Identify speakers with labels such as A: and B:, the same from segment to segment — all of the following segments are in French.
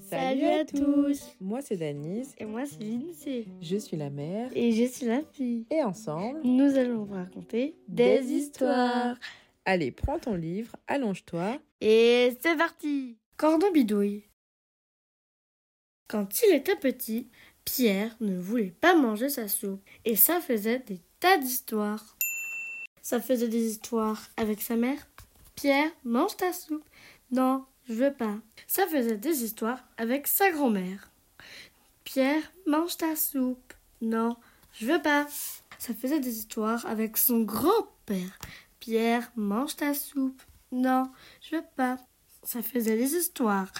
A: Salut à tous
B: Moi c'est Danise,
A: Et moi c'est Lindsay.
B: je suis la mère
A: Et je suis la fille.
B: et ensemble,
A: Nous allons vous raconter
B: Des histoires. allez, prends ton livre, allonge-toi.
A: Et c'est parti Cordon bidouille. Quand il était petit, Pierre ne voulait pas manger sa soupe. Et ça faisait des tas d'histoires. Ça faisait des histoires avec sa mère. Pierre, mange ta soupe. Non, je veux pas. Ça faisait des histoires avec sa grand-mère. Pierre, mange ta soupe. Non, je veux pas. Ça faisait des histoires avec son grand-père. Pierre, mange ta soupe. Non, je veux pas. Ça faisait des histoires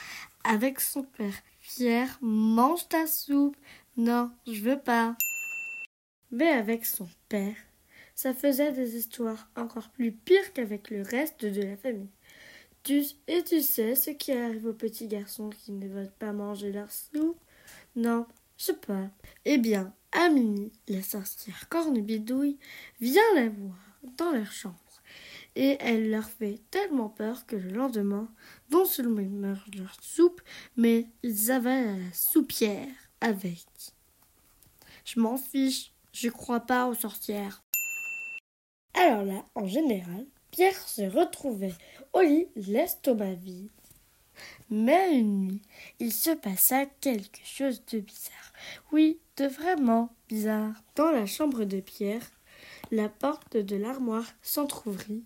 A: avec son père. Pierre, mange ta soupe. Non, je veux pas. Mais avec son père, ça faisait des histoires encore plus pires qu'avec le reste de la famille. Tu, et tu sais ce qui arrive aux petits garçons qui ne veulent pas manger leur soupe Non, je sais pas. Eh bien, à minuit, la sorcière Cornebidouille vient la voir dans leur chambre et elle leur fait tellement peur que le lendemain, non seulement ils meurent de leur soupe, mais ils avalent la soupière avec. Je m'en fiche, je crois pas aux sorcières. Alors là, en général, Pierre se retrouvait au lit l'estomac vide. Mais une nuit, il se passa quelque chose de bizarre. Oui, de vraiment bizarre. Dans la chambre de Pierre, la porte de l'armoire s'entr'ouvrit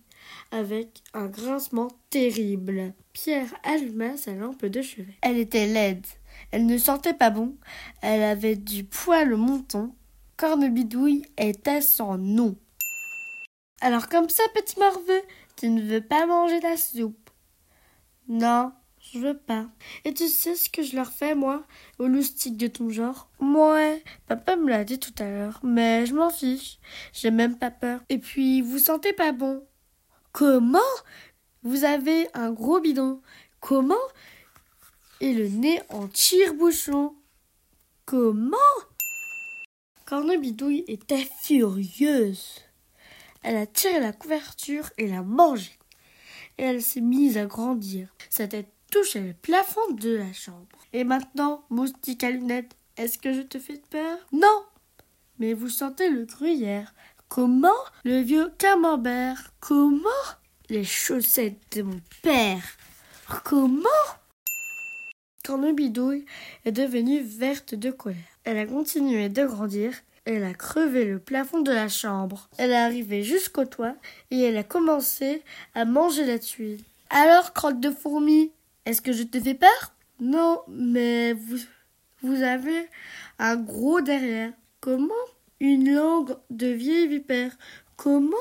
A: avec un grincement terrible. Pierre alluma sa lampe de chevet. Elle était laide. Elle ne sentait pas bon. Elle avait du poil au menton. Cornebidouille était sans nom. Alors comme ça, petit morveux, tu ne veux pas manger ta soupe Non, je veux pas. Et tu sais ce que je leur fais, moi, aux loustiques de ton genre Mouais, papa me l'a dit tout à l'heure, mais je m'en fiche. J'ai même pas peur. Et puis, vous sentez pas bon Comment Vous avez un gros bidon. Comment Et le nez en tire-bouchon. Comment Cornebidouille était furieuse. Elle a tiré la couverture et l'a mangée. Et elle s'est mise à grandir. Sa tête touchait le plafond de la chambre. Et maintenant, moustique à lunettes, est-ce que je te fais peur Non Mais vous sentez le gruyère. Comment Le vieux camembert. Comment Les chaussettes de mon père. Comment Cornebidouille est devenue verte de colère. Elle a continué de grandir. Elle a crevé le plafond de la chambre. Elle est arrivée jusqu'au toit et elle a commencé à manger la tuile. Alors, crotte de fourmi, est-ce que je te fais peur Non, mais vous, vous avez un gros derrière. Comment Une langue de vieille vipère. Comment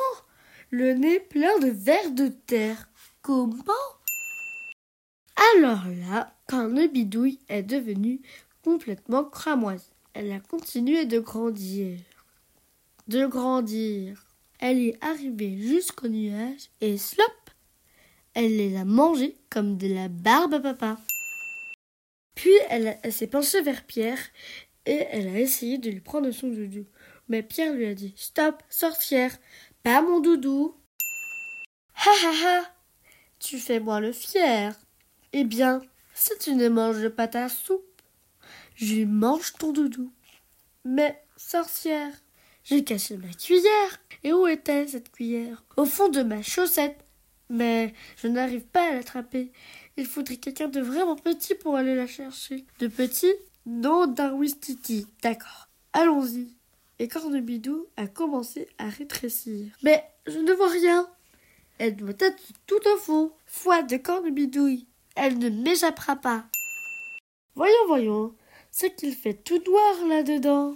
A: Le nez plein de vers de terre. Comment Alors là, Cornebidouille est devenue complètement cramoise. Elle a continué de grandir. De grandir. Elle est arrivée jusqu'au nuage et slop Elle les a mangés comme de la barbe à papa. Puis elle, elle s'est penchée vers Pierre et elle a essayé de lui prendre son doudou. Mais Pierre lui a dit Stop, sorcière, pas mon doudou. Ha ha ha Tu fais moi le fier. Eh bien, si tu ne manges pas ta soupe, je mange ton doudou. Mais, sorcière, j'ai caché ma cuillère. Et où était cette cuillère Au fond de ma chaussette. Mais je n'arrive pas à l'attraper. Il faudrait quelqu'un de vraiment petit pour aller la chercher. De petit Non, Darwistiti. D'accord. Allons-y. Et Cornebidou a commencé à rétrécir. Mais je ne vois rien. Elle doit être tout au fond. Foi de Cornebidouille. Elle ne m'échappera pas. Voyons, voyons. C'est qu'il fait tout noir là-dedans.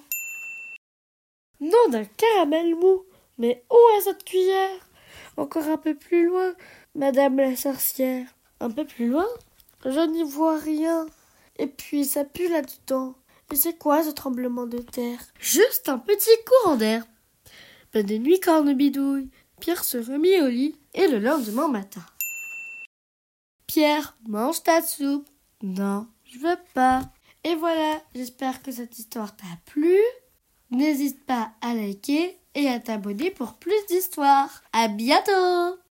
A: Non, d'un caramel mou. Mais où est cette cuillère Encore un peu plus loin, madame la sorcière. Un peu plus loin Je n'y vois rien. Et puis ça pue là-dedans. Et c'est quoi ce tremblement de terre Juste un petit courant d'air. Bonne nuit, cornebidouille. Pierre se remit au lit et le lendemain matin. Pierre, mange ta soupe. Non, je veux pas. Et voilà, j'espère que cette histoire t'a plu. N'hésite pas à liker et à t'abonner pour plus d'histoires. À bientôt!